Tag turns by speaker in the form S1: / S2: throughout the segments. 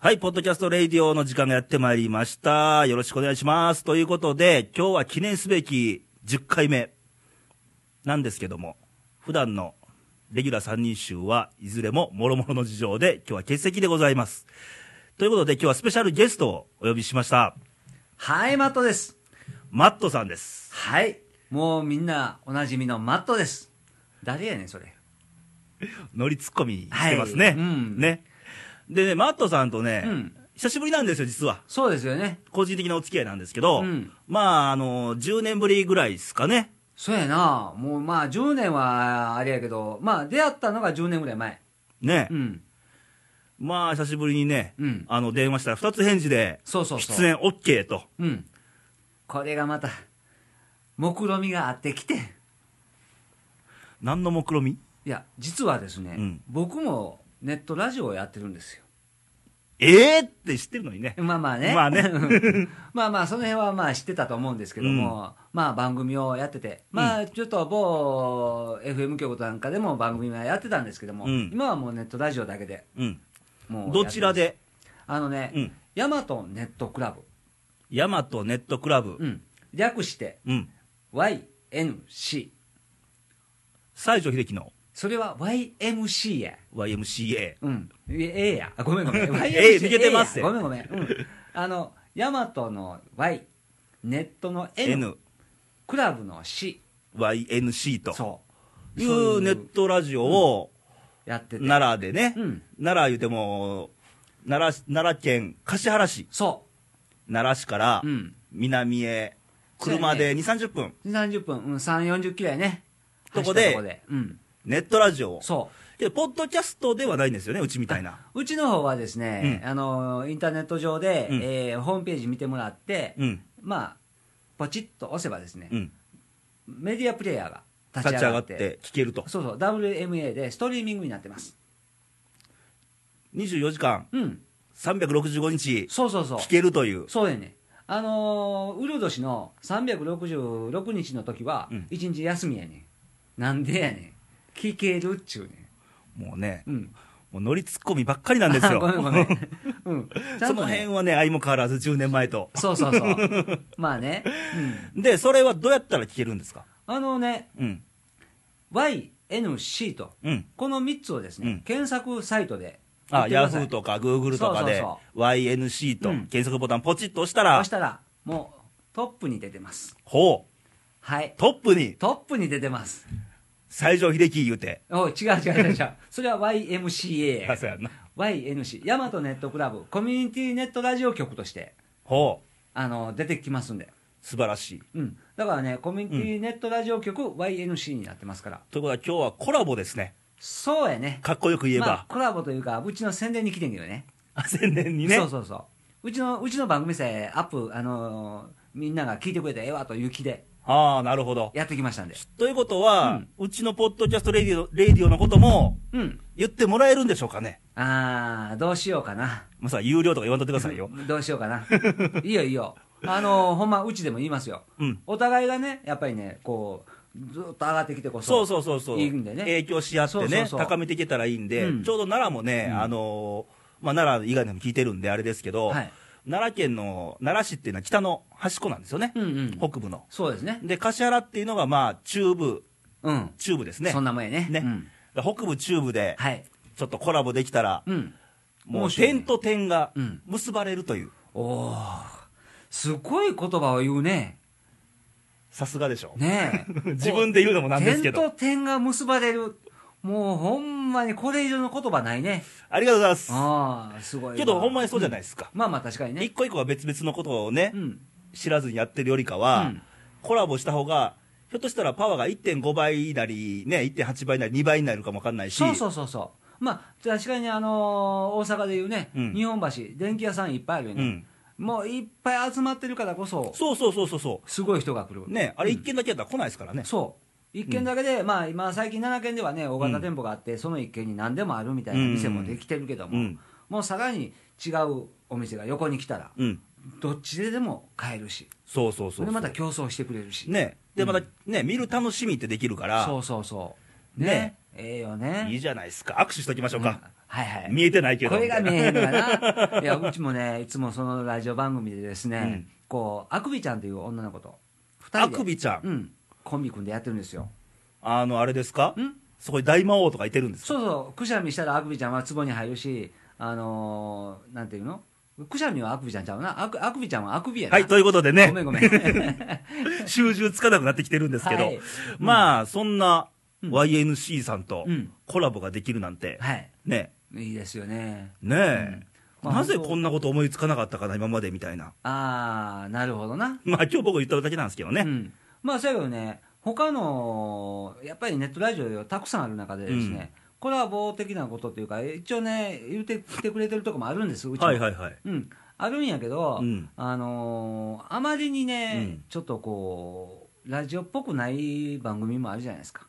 S1: はい、ポッドキャストレイディオの時間がやってまいりました。よろしくお願いします。ということで、今日は記念すべき10回目なんですけども、普段のレギュラー3人集はいずれも諸々の事情で、今日は欠席でございます。ということで、今日はスペシャルゲストをお呼びしました。
S2: はい、マットです。
S1: マットさんです。
S2: はい。もうみんなおなじみのマットです。誰やねん、それ。
S1: 乗りツッコミしてますね。
S2: はいうん
S1: ね。でね、マットさんとね、
S2: うん
S1: 久しぶりなんですよ、実は。
S2: そうですよね。
S1: 個人的なお付き合いなんですけど、
S2: うん
S1: まあ、あの、10年ぶりぐらいですかね。
S2: そうやな。もうまあ10年はあれやけど、まあ出会ったのが10年ぐらい前。
S1: ね。
S2: うん。
S1: まあ、久しぶりにね、
S2: うん
S1: あの、電話したら2つ返事で、
S2: そうそうそう。
S1: 出。演 OK と。
S2: うん。これがまた、目論みがあってきて。
S1: 何の目論み
S2: いや、実はですね、
S1: うん
S2: 僕もネットラジオをやってるんですよ。
S1: ええって知ってるのにね。
S2: まあまあね。
S1: まあね
S2: まあまあ、その辺はまあ知ってたと思うんですけども、まあ番組をやってて、まあちょっと某 FM 局なんかでも番組はやってたんですけども、
S1: うん
S2: 今はもうネットラジオだけで
S1: うん。
S2: もうやってま
S1: ど
S2: す
S1: ちらで
S2: あのね、
S1: うん
S2: ヤマトネットクラ
S1: ヤマトネットクラブ。
S2: ブ、うん、略して
S1: うん。
S2: YNC。
S1: 西城秀樹の
S2: それは YMC や。
S1: YMCA。
S2: うん。ええや。あごめんごめん。YMCA
S1: ええ抜けてますよ
S2: ごめんごめん。うん。あの、ヤマトの Y、ネットの N、
S1: N、
S2: クラブの C。
S1: YNC と。
S2: そう。
S1: いうネットラジオを
S2: やってて。
S1: 奈良でね、
S2: うん
S1: 奈良言うても奈良奈良県橿原市
S2: そ
S1: 奈良市から
S2: うん
S1: 南へ車で2 3 0分
S2: う。30分、うん、3、40キロやね。
S1: とこで
S2: 走ったとこで。うん。
S1: ネットラジオを
S2: そ
S1: けどポッドキャストではないんですよねうちみたいな
S2: う。うちの方はですね、
S1: うん
S2: あの、インターネット上で、
S1: うん
S2: えーホームページ見てもらって、
S1: うん
S2: まあ、ポチッと押せばですね、
S1: うん
S2: メディアプレイヤーが立
S1: 立ち
S2: ち
S1: 上
S2: 上が
S1: が
S2: っ。
S1: ってて聞けると
S2: そうそう、WMA でストリーミングになってます。
S1: 24時間
S2: うん。
S1: 365日
S2: そうそうそう。
S1: 聞けるという
S2: そうやね。あのー、うる年の366日の時は
S1: うん、
S2: 1日休みやね、ん。なんでやねん。聞けるっちゅうねん。
S1: もうね
S2: うん。
S1: もう乗りツッコミばっかりなんですよ
S2: ごめんごめ ん。うん。ちゃ
S1: そ
S2: ん
S1: の
S2: と
S1: 辺
S2: ね。
S1: はね相も変わらず10年前と
S2: そうそうそう。まあね。うん。
S1: でそれはどうやったら聞けるんですか
S2: あのね、
S1: うん
S2: YNC と、
S1: うん
S2: この3つをですね、
S1: うん
S2: 検索サイトで
S1: あ、
S2: や
S1: ヤ
S2: ってくだ
S1: フ
S2: さい
S1: ーとかグーグルとかで
S2: そうそ
S1: YNC と
S2: うん
S1: 検索ボタンポチッと押したら、
S2: そしたら、もうトップに出てます。
S1: ほ
S2: はい。
S1: う、トップに
S2: トップに出てます。
S1: 西城秀樹言うて。
S2: おい違う違う違う違う。それは YMCA や
S1: あそうやんな
S2: YNC、ヤマトネットクラブ、コミュニティネットラジオ局として、
S1: ほう、
S2: あの、出てきますんで。
S1: 素晴らしい。
S2: うん。だからね、コミュニティネットラジオ局、YNC になってますから。
S1: ということは今日はコラボですね。
S2: そうやね。
S1: かっこよく言えば。
S2: まあ、コラボというか、うちの宣伝に来てんけどね。
S1: 宣伝にね。
S2: そうそうそう。うちの、うちの番組さえアップ、あのーみんなが聞いてくれたらええわという気で
S1: ああ、なるほど。
S2: やってきましたんで。
S1: ということは、うちのポッドキャストレディオレディオのことも
S2: うん。
S1: 言ってもらえるんでしょうかね。
S2: あー、どうしようかな。
S1: まあさ、有料とか言わんとってくださいよ。
S2: どうしよう かな。いいよいいよ。あのーほんま、うちでも言いますよ。
S1: うん
S2: お互いがね、やっぱりね、こう、ずっと上がってきてこそ。
S1: そうそうそうそう。
S2: いいんでね。
S1: 影響し合ってね
S2: そうそうそう
S1: 高めていけたらいいんで、
S2: うん
S1: ちょうど奈良もね、あのーまあ、奈良以外でも聞いてるんであれですけど、
S2: はい
S1: 奈良県の奈良市っていうのは北の端っこなんですよね、
S2: うんうん
S1: 北部の。
S2: そうですね。
S1: で、橿原っていうのがまあ中部、
S2: うん。
S1: 中部ですね。
S2: そんなもんやね。
S1: ね
S2: うん
S1: 北部、中部で
S2: はい。
S1: ちょっとコラボできたら、
S2: うん。
S1: も
S2: 面
S1: う
S2: 白いね
S1: 点と点が
S2: うん
S1: 結ばれるという、
S2: おー、すごい言葉を言うね。
S1: さすがでしょ。
S2: ねえ。
S1: 自分で言うのもなんですけど
S2: 点と点が結ばれる。もうほんまにこれ以上の言葉ないね。
S1: ありがとうございます。
S2: ああ、すごいわ。
S1: けど、ほんまにそうじゃないですか。
S2: まあまあ確かにね
S1: 一。個一個は別々のことをね、
S2: うん。
S1: 知らずにやってるよりかは、
S2: うん
S1: コラボした方が、ひょっとしたらパワーが1.5倍なり、ね、1.8倍なり、2倍になるかもわかんないし、
S2: そうそうそうそう。まあ確かにあのー大阪でいうね、
S1: うん
S2: 日本橋、電気屋さんいっぱいあるよね。もういっぱい集まってるからこそ、
S1: そうそうそうそうそ
S2: すごい人が来る。
S1: う、ね、あれ1件だけやったら来ないですからね、
S2: そう、1軒だけで、まあ今、最近7軒ではね、大型店舗があって、その1軒に何でもあるみたいな店もできてるけども、
S1: うん
S2: もうさらに違うお店が横に来たら、
S1: うん、
S2: どっちででも買えるし、
S1: そうそう
S2: そ
S1: そうそ
S2: れ
S1: う、
S2: でまた競争してくれるし、
S1: ね、で、またね、見る楽しみってできるから、
S2: そうそうそう、
S1: ね
S2: ね、ええよね
S1: いいじゃないですか。握手しときましょうか。
S2: はいはい
S1: 見えてないけど。
S2: これが見えへんの
S1: みたい
S2: やないやうちもねいつもそのラジオ番組でですね、
S1: うん
S2: こうあくびちゃんという女の子と
S1: な。
S2: 2
S1: あ
S2: 人
S1: く
S2: で
S1: びちゃん。
S2: うんコンビ組んでやってるんですよ
S1: あの、あれですか
S2: ん
S1: そこに大魔王とかいてるんですか
S2: そうそうくしゃみしたらあくびちゃんは壺に入るしあのーなんていうのくしゃみはあくびちゃんちゃうなあくあくびちゃんはあくびやな
S1: はい、ということでね
S2: ごめ、んごめん
S1: 収集つかなくなってきてるんですけど、
S2: はい
S1: まあ、そんな YNC さんと
S2: うん
S1: コラボができるなんて、
S2: はい
S1: ね
S2: いいですよね
S1: え、ねえ、
S2: うんまあ
S1: なぜ
S2: 本当
S1: こんなこと思いつかなかったかな、今までみたいな。
S2: ああなるほどな
S1: まあ、今日僕言っただけなんですけどね。
S2: うん、まあそうやけどね他のやっぱりネットラジオがたくさんある中でですね、コラボ的なことというか一応ね言ってきてくれてるとこもあるんですうちも、
S1: はいはいはい。
S2: うん、あるんやけど、
S1: うん
S2: あのーあまりにね、
S1: うん
S2: ちょっとこうラジオっぽくない番組もあるじゃないですか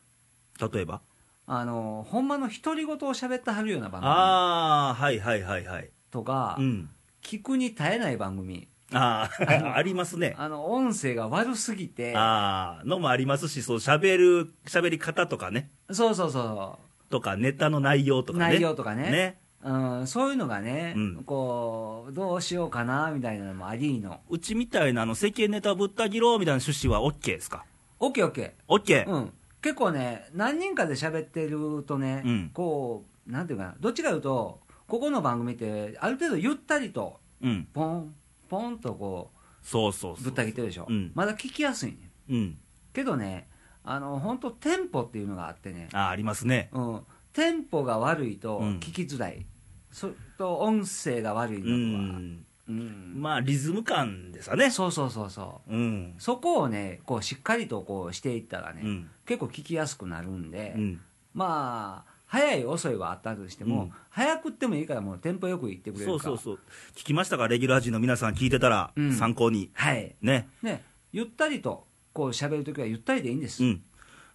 S1: 例えば
S2: あのーほんまの独り言を喋ってはるような番組
S1: ああ、はいはいはいはい。
S2: とか、
S1: うん。
S2: 聞くに耐えない番組
S1: あ あ、ありますね。
S2: あの音声が悪すぎて
S1: ああ、のもありますし、そう、喋る、喋り方とかね、
S2: そうそうそう
S1: とか、ネタの内容とかね。
S2: 内容とかね
S1: ね。
S2: うん、そういうのがね、
S1: うん
S2: こうどうしようかなみたいなのもありの、
S1: うちみたいな、あの、世間ネタぶった切ろうみたいな趣旨は OK ですか
S2: オッケーオッケ
S1: ?OK。
S2: ー、うん、結構ね、何人かで喋ってるとね、
S1: うん
S2: こう、なんていうかな、どっちかというと、ここの番組って、ある程度ゆったりと、
S1: うん。
S2: ポン、ポンとこ
S1: そうそう
S2: う、
S1: そ
S2: ぶ
S1: う
S2: っ。た切ってるでしょ、
S1: うん
S2: まだ聞きやすいね
S1: うん。
S2: けどね、あの本当、テンポっていうのがあってね、
S1: ああ、ありますね。
S2: うん、テンポが悪いと
S1: うん
S2: 聞きづらい、それと音声が悪いうのとは、
S1: ん。
S2: うん
S1: まあ、リズム感ですわね。
S2: そうそうそうそう。
S1: うん。
S2: そこをね、こうしっかりとこうしていったらね、
S1: うん
S2: 結構聞きやすくなるんで、
S1: うん。
S2: まあ、早い、遅いはあったとして
S1: う
S2: も、
S1: ん
S2: 早くってもいいから、もうテンポよく言ってくれ
S1: そ
S2: る
S1: うそ
S2: か
S1: うそう。聞きましたかレギュラー陣の皆さん聞いてたら
S2: う、ん
S1: 参考に。
S2: はい、
S1: ね。
S2: ね、ゆったりと、こう喋るときはゆったりでいいんです、
S1: うん。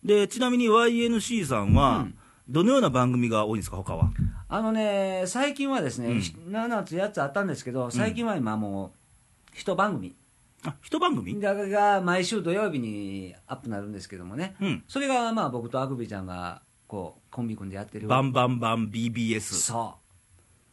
S1: で、ちなみに YNC さんは、
S2: うん
S1: どのような番組が多いんですか、他は。
S2: あのね、最近はですね、
S1: うん
S2: 7つ、8つあったんですけど、最近は今、もう、一番組
S1: あ、一番組
S2: だが毎週土曜日にアップなるんですけどもね、
S1: うん
S2: それがまあ僕とあくびちゃんがこうコンビ組んでやってる
S1: バンバンバン BBS。
S2: そう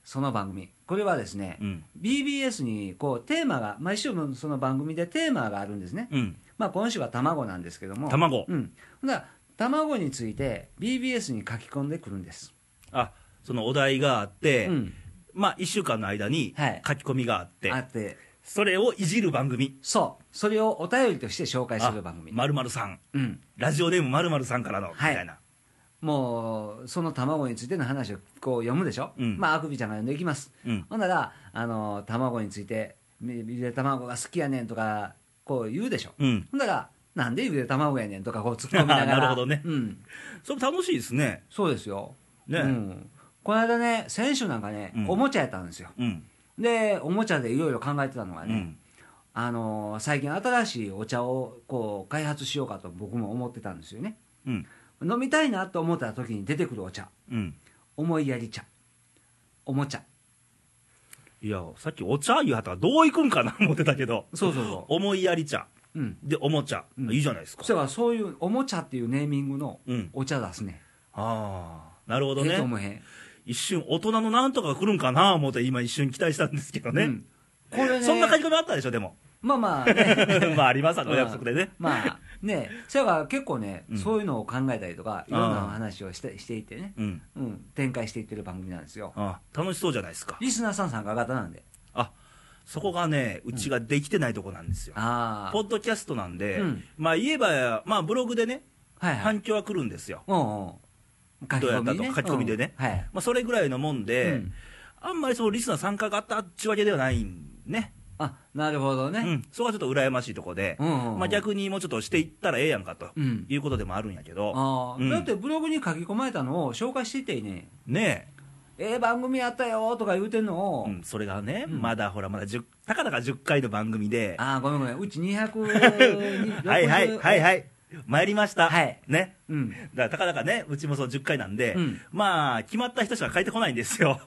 S2: その番組これはですね、
S1: うん
S2: BBS にこうテーマが毎週のその番組でテーマがあるんですね、
S1: うん。
S2: まあ、今週は卵なんですけども
S1: 卵
S2: うんほんなら卵について BBS に書き込んでくるんです、
S1: あ、そのお題があって、
S2: うん
S1: まあ、一週間の間に
S2: はい
S1: 書き込みがあって、
S2: あって
S1: それをいじる番組。
S2: そうそれをお便りとして紹介する番組
S1: まるまるさん。
S2: うん
S1: ラジオネームまるまるさんからの、み
S2: はい
S1: たいな。
S2: もうその卵についての話をこう読むでしょ、
S1: うん
S2: まああくびちゃんが読んでいきます、
S1: うん
S2: ほんならあの卵について「ゆゆで卵が好きやねん」とかこう言うでしょ、
S1: うん
S2: ほんなら「なんでゆで卵やねん」とかこう突っ込みながら
S1: なるほどね
S2: うん、
S1: それ楽しいですね。
S2: そうですよ、
S1: ね
S2: うん、この間ね選手なんかね、
S1: うん
S2: おもちゃやったんですよ
S1: うん。
S2: でおもちゃでいろいろ考えてたのが
S1: う
S2: ね、
S1: ん。
S2: あの最近新しいお茶をこう開発しようかと僕も思ってたんですよね
S1: うん。
S2: 飲みたいなと思った時に出てくるお茶
S1: うん。
S2: 思いやり茶おもちゃ
S1: いや、さっきお茶言うはったからどういくんかな思ってたけど。
S2: そうそうそ
S1: 思いやり茶。
S2: ううん
S1: で、おもちゃ。
S2: うん
S1: いいじゃないですか
S2: そ。やからそういうおもちゃっていうネーミングの
S1: うん
S2: お茶出すね、
S1: ああ。なるほど
S2: ええと
S1: ね。
S2: 思えへん
S1: 一瞬、大人のなんとかが来るんかな思って今一瞬期待したんですけどね。
S2: うんこれね
S1: そんな書き込みあったでしょ、で も。
S2: まあまあ、 ね、
S1: まあ、ありますわね、お約束でね。
S2: まあねそやから結構ね、
S1: うん
S2: そういうのを考えたりとかいろんな
S1: あー
S2: 話をしてしていってね、
S1: うん。
S2: うん、展開していってる番組なんですよ
S1: あ楽しそうじゃないですか。
S2: リスナーさん参加型なんで
S1: あ、そこがね、うちができてないとこなんですよ。
S2: あ
S1: ポッドキャストなんで、
S2: うん
S1: まあ言えば、まあブログでね、
S2: あはいはい
S1: 反響は来るんですよ。
S2: うんうん書
S1: どうやったと書き込みでね
S2: うんはい
S1: まあそれぐらいのもんで、
S2: うん
S1: あんまりそのリスナー参加型っちゅうわけではないんね。
S2: あなるほど
S1: う
S2: ね、
S1: ん。そこはちょっと羨ましいとこで、
S2: うんうんうん
S1: まあ逆にもうちょっとしていったらええやんかと、
S2: うん
S1: いうことでもあるんやけど、
S2: あー
S1: うん
S2: だってブログに書き込まれたのを紹介していていいね
S1: ね
S2: ええ番組やったよとか言うてんの
S1: え、
S2: を、
S1: うん、それがね、
S2: うん
S1: まだほら、まだ10、たかだか10回の番組で、
S2: ああごめんごめんうち200
S1: はいはいはい
S2: い、
S1: はい、参りました。
S2: はい
S1: ね。
S2: うん、
S1: だからたかだかね、うちもそう10回なんで、
S2: うん
S1: まあ、決まった人しか書いてこないんですよ。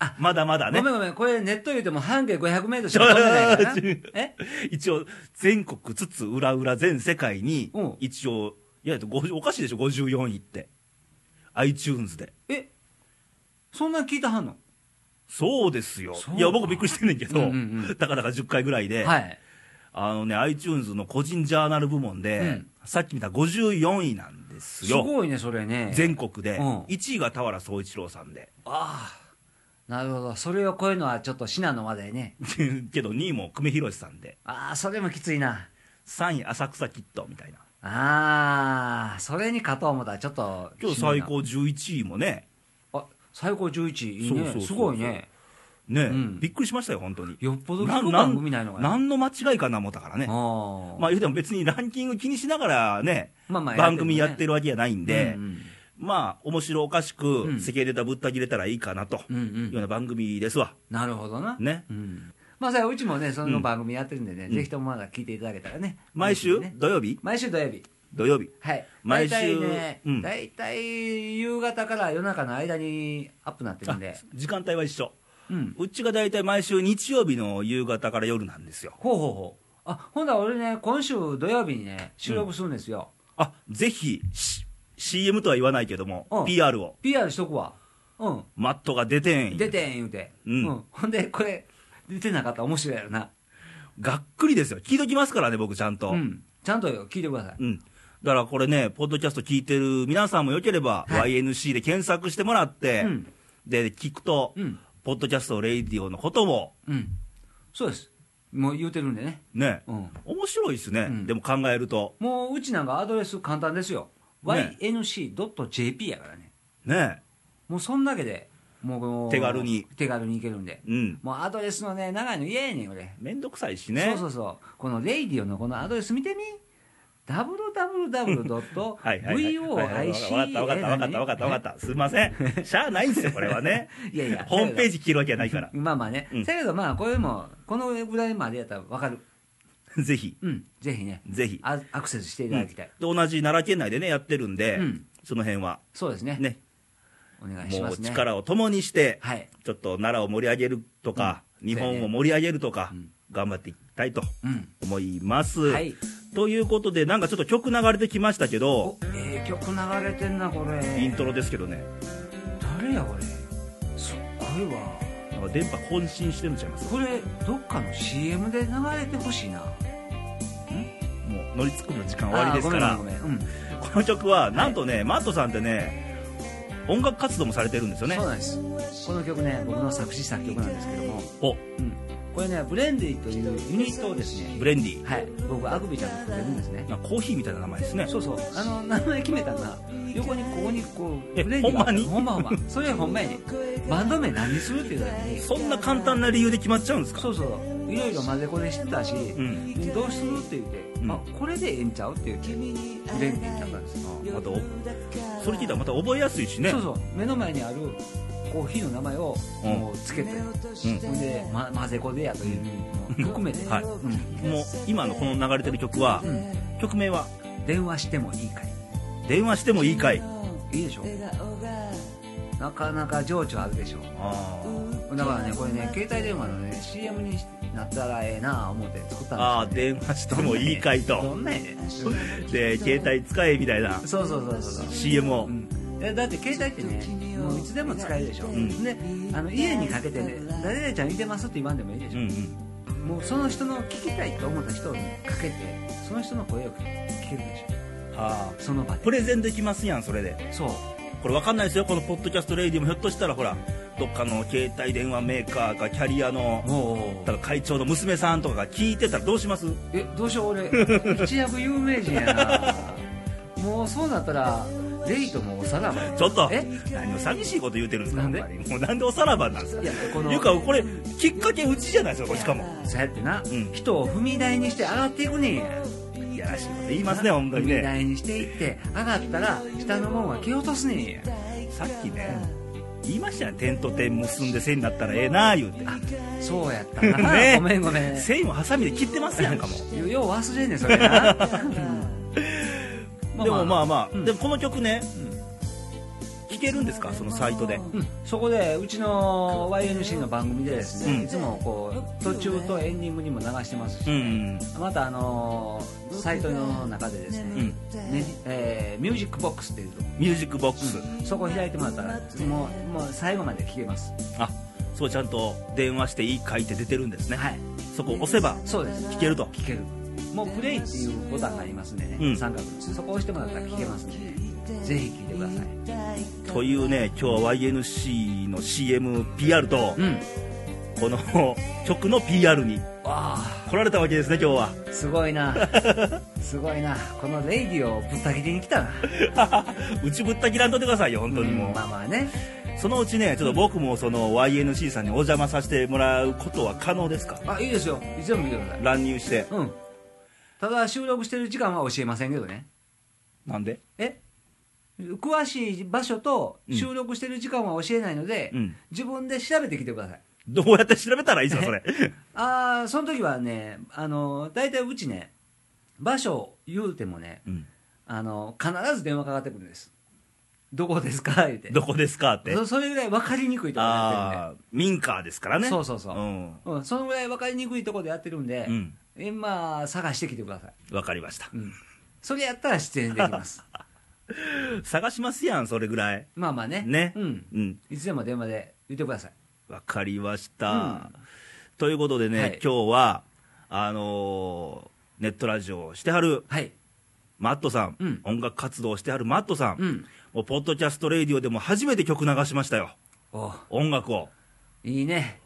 S2: あ
S1: まだまだね
S2: ごめ。んごめんこれネット言うても半径500メートルしか飛んでな いからなえ
S1: 一応、全国津々浦々全世界に
S2: うん、
S1: 一応、いや、ごおかしいでしょ、54位って。 iTunes で。
S2: えそんなに聞いてはんの
S1: そうですよ
S2: そう。
S1: いや、僕びっくりしてんねんけど、
S2: うんうんうん
S1: たかだか10回ぐらいで、
S2: はい
S1: あのね、iTunes の個人ジャーナル部門で、
S2: うん
S1: さっき見た54位なんです
S2: す
S1: よ。
S2: ごいねそれね
S1: 全国で、
S2: うん
S1: 1位が俵宗一郎さんで、
S2: ああなるほどそれを超えるのはちょっと至難のまでね
S1: けど2位も久米宏さんで、
S2: ああそれもきついな
S1: 3位浅草キッドみたいな。
S2: ああそれに勝とう思ったらちょっと
S1: 今日最高11位もね、
S2: あ最高11いい
S1: そうそうそうそ
S2: ね
S1: う
S2: すごいね
S1: ね、
S2: ん
S1: びっくりしましたよ、本当に。
S2: よっぽど
S1: な
S2: 聞く番組ないのかな
S1: 何の間違いかな思ったからね。
S2: ああ
S1: まあ言うても別にランキング気にしながらね、
S2: まあまあ
S1: 番組やってるわけじゃないんで、
S2: うんうん
S1: まあ面白おかし
S2: う
S1: く、
S2: ん
S1: 世間ネタぶった切れたらいいかなと、
S2: うんう
S1: いうようんな番組ですわ。
S2: なるほどな
S1: ね
S2: うんまあそれはうちもねその番組やってるんでね
S1: ん
S2: ぜひともまだ聞いていただけたらね
S1: 毎週
S2: 嬉しいね
S1: 土曜日
S2: 毎週土曜日
S1: 土曜日。
S2: はい
S1: 毎週
S2: 大体ね
S1: うん
S2: 大体夕方から夜中の間にアップなってるんで
S1: 時間帯は一緒。
S2: うん
S1: うちが大体毎週日曜日の夕方から夜なんですよ。
S2: ほうほうほうあほんだら俺ね今週土曜日にね収録するんですよ
S1: あ、ぜひ、し CM とは言わないけども、
S2: うん
S1: PR を。
S2: PR しとくわうん
S1: マットが出てん。
S2: 出てん言うて、
S1: うん
S2: ほんで これ出てなかったら面白いやろな、
S1: がっくりですよ。聞いときますからね、僕ちゃんと。
S2: うん、ちゃんとよ聞いてください、
S1: うん。だからこれね、ポッドキャスト聞いてる皆さんもよければ、
S2: は
S1: YNC で検索してもらって、
S2: うん
S1: で、聞くと、
S2: うん
S1: ポッドキャスト、レイディオのことも、
S2: うん、そうですもう言うてるんでね、
S1: ね、
S2: うん、
S1: 面白いですね、
S2: うん
S1: でも考えると。
S2: もううちなんかアドレス簡単ですよ、
S1: ね
S2: ync.jp やからね
S1: ね。
S2: もうそんだけでもう
S1: 手軽に
S2: 手軽にいけるんで
S1: うん。
S2: もうアドレスのね長いの嫌やねん俺
S1: めんどくさいしね。
S2: そうそうそうこのレイディオのこのアドレス見てみ
S1: はいはいはい。はいわかったわかったわかったわかったわかっ
S2: www.voic
S1: た。すいません。しゃあないんですよ、これはね。
S2: いやいや
S1: ホームページ切るわけはないから。
S2: まあまあね、
S1: うん
S2: だけどまあこれもこのぐらいまでやったら分かる
S1: ぜひ、
S2: うんぜひね
S1: ぜひ。
S2: あアクセスしていただきたい、
S1: で、同じ奈良県内でね、やってるんで、
S2: うん
S1: その辺は、
S2: そうですね
S1: ね、
S2: お願いし
S1: も
S2: ま
S1: う
S2: すね
S1: 力を共にして、
S2: はい
S1: ちょっと奈良を盛り上げるとか、
S2: うん
S1: 日本を盛り上げるとか、頑張っていきたいと
S2: うん
S1: 思います。
S2: はい
S1: ということで、なんかちょっと曲流れてきましたけ
S2: お
S1: ど、
S2: ええ曲流れてんなこれ
S1: イントロですけどね、
S2: 誰やこれすっごいわ
S1: なんか電波渾身してるんちゃいます
S2: これどっかの CM で流れてほしいな
S1: もう乗りつくの時間終わりですから
S2: あーご、めんごめんごめんうん
S1: この曲は、なんとね、マットさんってね、音楽活動もされてるんですよね
S2: そう。なんですこの曲ね僕の作詞作曲なんですけども、
S1: お、
S2: うん、これねブレンディというユニットをですね
S1: ブレンディ。
S2: はい僕アグビちゃんと組んでるんですね
S1: なんかコーヒーみたいな名前ですね。
S2: そうそうあの名前決めたら横にここにこう
S1: え
S2: ブレンディが
S1: ほんまに
S2: ほんまほんまそれほんまやねバンド名何にするって言った時に
S1: そんな簡単な理由で決まっちゃうんですか
S2: そうそういろいろ混ぜこねしてたし、
S1: ん
S2: どうするって言って、
S1: うん
S2: あこれでええんちゃうって言ってブレンディになったんですよ
S1: またおそれ聞いたらまた覚えやすいしね
S2: そうそう目の前にあるコーヒーの名前を
S1: うん
S2: もうつけて、
S1: うん
S2: ほんで、ま、混ぜこでやというのも含めて、
S1: はい
S2: うん
S1: もう今のこの流れてる曲は、
S2: うん
S1: 曲名は
S2: 電話してもいいかい
S1: 「電話してもいいかい」
S2: いいでしょなかなか情緒あるでしょ
S1: あー
S2: だからねこれね携帯電話のね CM になったらええなあ思って作った
S1: あ
S2: ん
S1: ー
S2: ですよ、ね、
S1: 電話してもいいかい
S2: ど
S1: と
S2: んなんやねんそう
S1: で携帯使えみたいな
S2: そうそうそうそう
S1: CM を、
S2: うんえだって携帯ってねもういつでも使えるでしょ、
S1: ん
S2: であの家にかけてね「誰々ちゃんいてます」って言わんでもいいでし
S1: う
S2: ょ、
S1: んうん
S2: もうその人の聞きたいと思った人にかけてその人の声を聞けるでし
S1: あ
S2: ょその場
S1: ープ
S2: で
S1: レゼンできますやんそれで
S2: そう
S1: これ分かんないですよこのポッドキャストレイディもひょっとしたらほらどっかの携帯電話メーカーかキャリアの
S2: お
S1: だから会長の娘さんとかが聞いてたらどうします
S2: えどうしよう俺 一躍有名人やなもうそうなったらレイともおさらばや
S1: ちょっと
S2: え
S1: 何を寂しいこと言うてるんですか
S2: なんで
S1: ほんまにもうなんでおさらばなんですか
S2: いやこの
S1: いうかこれきっかけうちじゃないですかこれしかも
S2: そうやってな、
S1: ん
S2: 人を踏み台にして上がっていくねんや
S1: いやらしいこと言いますね本当に
S2: 踏み
S1: ね
S2: 台にしていって上がったら下のもんは蹴落とすねんや
S1: さっきね言いましたよね点と点結んで線になったらええなあ言うて
S2: そうやったな、
S1: ね
S2: ごめんごめん
S1: 線をハサミで切ってますやんかも
S2: よう忘れんねんそれ なで
S1: でもまあまあ、
S2: うん
S1: でもこの曲ね、
S2: ん
S1: 聴聞けるんですかそのサイトで。
S2: うんそこでうちの YNC の番組でですね、
S1: うん
S2: いつもこう途中とエンディングにも流してますし、
S1: うんうん。
S2: またあのーサイトの中でです
S1: う
S2: ね
S1: ん
S2: ねえーミュージックボックスっていうとこ
S1: ミュージックボックス。
S2: そこ開いてもらったらもうもう最後まで聞けます
S1: あ、そうちゃんと電話していい回って出てるんですね。
S2: はい
S1: そこ押せば
S2: そうです
S1: 聞けると。
S2: 聞けるもうプレイっていうボタンがありますんでね、
S1: うん
S2: 三角のそこを押してもらったら聞けますんでねぜひ聞いてください
S1: というね、今日は YNC の CMPR と、
S2: うん
S1: この曲の PR に
S2: わ
S1: 来られたわけですね、今日は。
S2: あすご いなすごいなこのレイディオをぶった切りに来たな
S1: うちぶった切らんとってくださいよ、本当にもう。
S2: うんまあまあね
S1: そのうちね、ちょっと僕もその YNC さんにお邪魔させてもらうことは可能ですか
S2: あいいですよいつでも見てください
S1: 乱入して。
S2: うんただ収録してる時間は教えませんけどね
S1: なんで
S2: え詳しい場所と収録してる時間は教えないので、
S1: うん
S2: 自分で調べてきてください
S1: どうやって調べたらいいですか、それ。
S2: ああその時はねあの大体うちね場所を言 うてもね
S1: うん
S2: あの必ず電話かかってくるんですどこですか言うて
S1: どこですかって。
S2: そそれぐらい分かりにくいところでやってるんで
S1: ああ、民家ですからね。
S2: そうそうそう
S1: うん。
S2: うん、そのぐらい分かりにくいところでやってるんで、
S1: うん
S2: 今探してきてください、
S1: わかりました
S2: う。ん、それやったら出演できます
S1: 探しますやん、それぐらい。
S2: まあまあね
S1: ね。
S2: うん、
S1: うん。
S2: いつでも電話で言ってください
S1: わかりまし
S2: う
S1: た。ということでね、
S2: はい
S1: 今日は、あのーネットラジオをしてはる
S2: はい
S1: マットさん,、
S2: うん
S1: 音楽活動をしてはるマットさん、
S2: うん
S1: もうポッドキャストレディオでも初めて曲流しましたよ。
S2: お
S1: 音楽を。
S2: いいね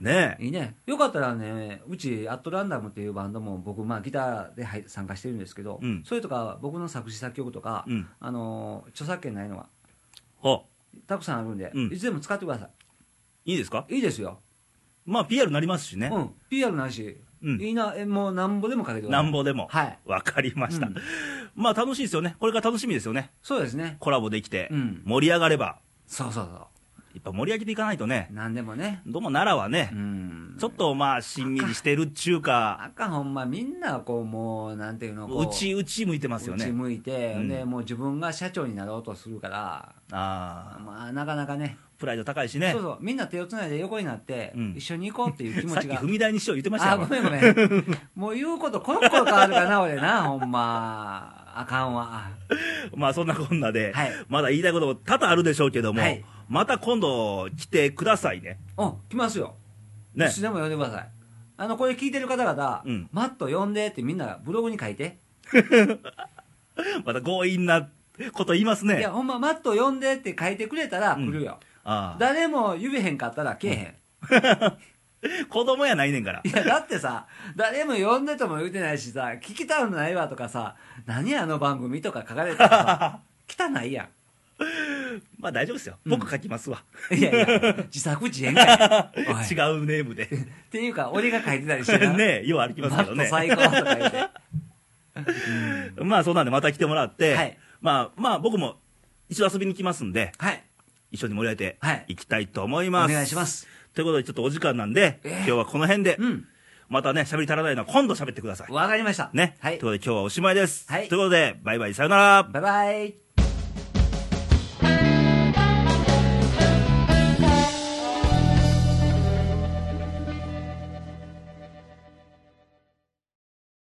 S1: ねえ。
S2: いいねよかったらねうちアットランダムっていうバンドも僕、まあ、ギターではい参加してるんですけど、
S1: うん
S2: それとか僕の作詞作曲とか、
S1: うん
S2: あのー著作権ないのは
S1: ほ
S2: たくさんあるんで、
S1: うん
S2: いつでも使ってくださ
S1: ういいですか
S2: いいいですよ、
S1: まあ PR になりますしね。
S2: うん、PR なし、
S1: うん
S2: いいなえもうなんぼでもかけてくだ
S1: な
S2: さい
S1: んぼでも。
S2: はい
S1: わかりました。
S2: うん
S1: まあ楽しいですよね。これが楽しみですよね。
S2: そうですね
S1: コラボできて、
S2: うん
S1: 盛り上がれば、
S2: そうそうそ
S1: やっぱ盛り上げていかないとね
S2: う、なんでもね
S1: どうも奈良はね
S2: う、ん
S1: ちょっとまあ、しんみりしてるっちゅうか、
S2: あかんほんまみんなこうもうなんていうのこ
S1: う
S2: う
S1: ちうち向いてますよ
S2: 内
S1: ね。
S2: 向いて、
S1: うん
S2: でもう自分が社長になろうとするから
S1: ああ、
S2: まあなかなかね
S1: プライド高いしね
S2: そう。そうみんな手をつないで横になって、
S1: うん
S2: 一緒に行こうっていう気持
S1: さっ
S2: ち
S1: き
S2: が
S1: 踏み台にしよう言ってました
S2: あ
S1: よ
S2: ご。めんごめんもう言うことコロコロ変わるからな俺な ほんまあかんわ
S1: まあそんなこんなで、
S2: はい
S1: まだ言いたいことも多々あるでしょうけども、
S2: はい
S1: また今度来てくださいね。
S2: お来ますよ、
S1: ね
S2: い。つでも呼んでくださいあのこれ聞いてる方々、
S1: うん
S2: マット呼んでってみんなブログに書いて、
S1: また強引なこと言います
S2: い
S1: ね
S2: や。ほんまマット呼んでって書いてくれたら来るよ、
S1: ああ。
S2: 誰も言えへんかったら来えへん、
S1: 子供やないねんから。
S2: いや、だってさ、誰も呼んでとも言うてないしさ、聞きたくないわとかさ、何あの番組とか書かれ たらさ、汚いや
S1: まあ大丈夫ですよ。僕書きますわ。
S2: ん。いやいや、自作自演か い。
S1: 違
S2: おいっ
S1: うネームで。
S2: ていうか、俺が書いてたりして な。
S1: ねよう歩きますけ
S2: マッ
S1: ど
S2: ト
S1: ね。
S2: 最高とか言って。
S1: まあそうなんでまた来てもらって、
S2: はい
S1: まあまあ僕も一度遊びに来ますんで、
S2: はい。
S1: 一緒に盛り上げ
S2: は
S1: て
S2: い
S1: いきたいと思い
S2: お
S1: ます。
S2: 願いします。
S1: ということでちょっとお時間なんで、
S2: えー
S1: 今日はこの辺で、
S2: うん。
S1: またね、喋り足らないのは今度喋ってください。
S2: わかりました。
S1: ね。
S2: はい
S1: という。ことで今日はおしまいです。
S2: はい
S1: ということで、バイバイ、さよなら。
S2: バイバイ。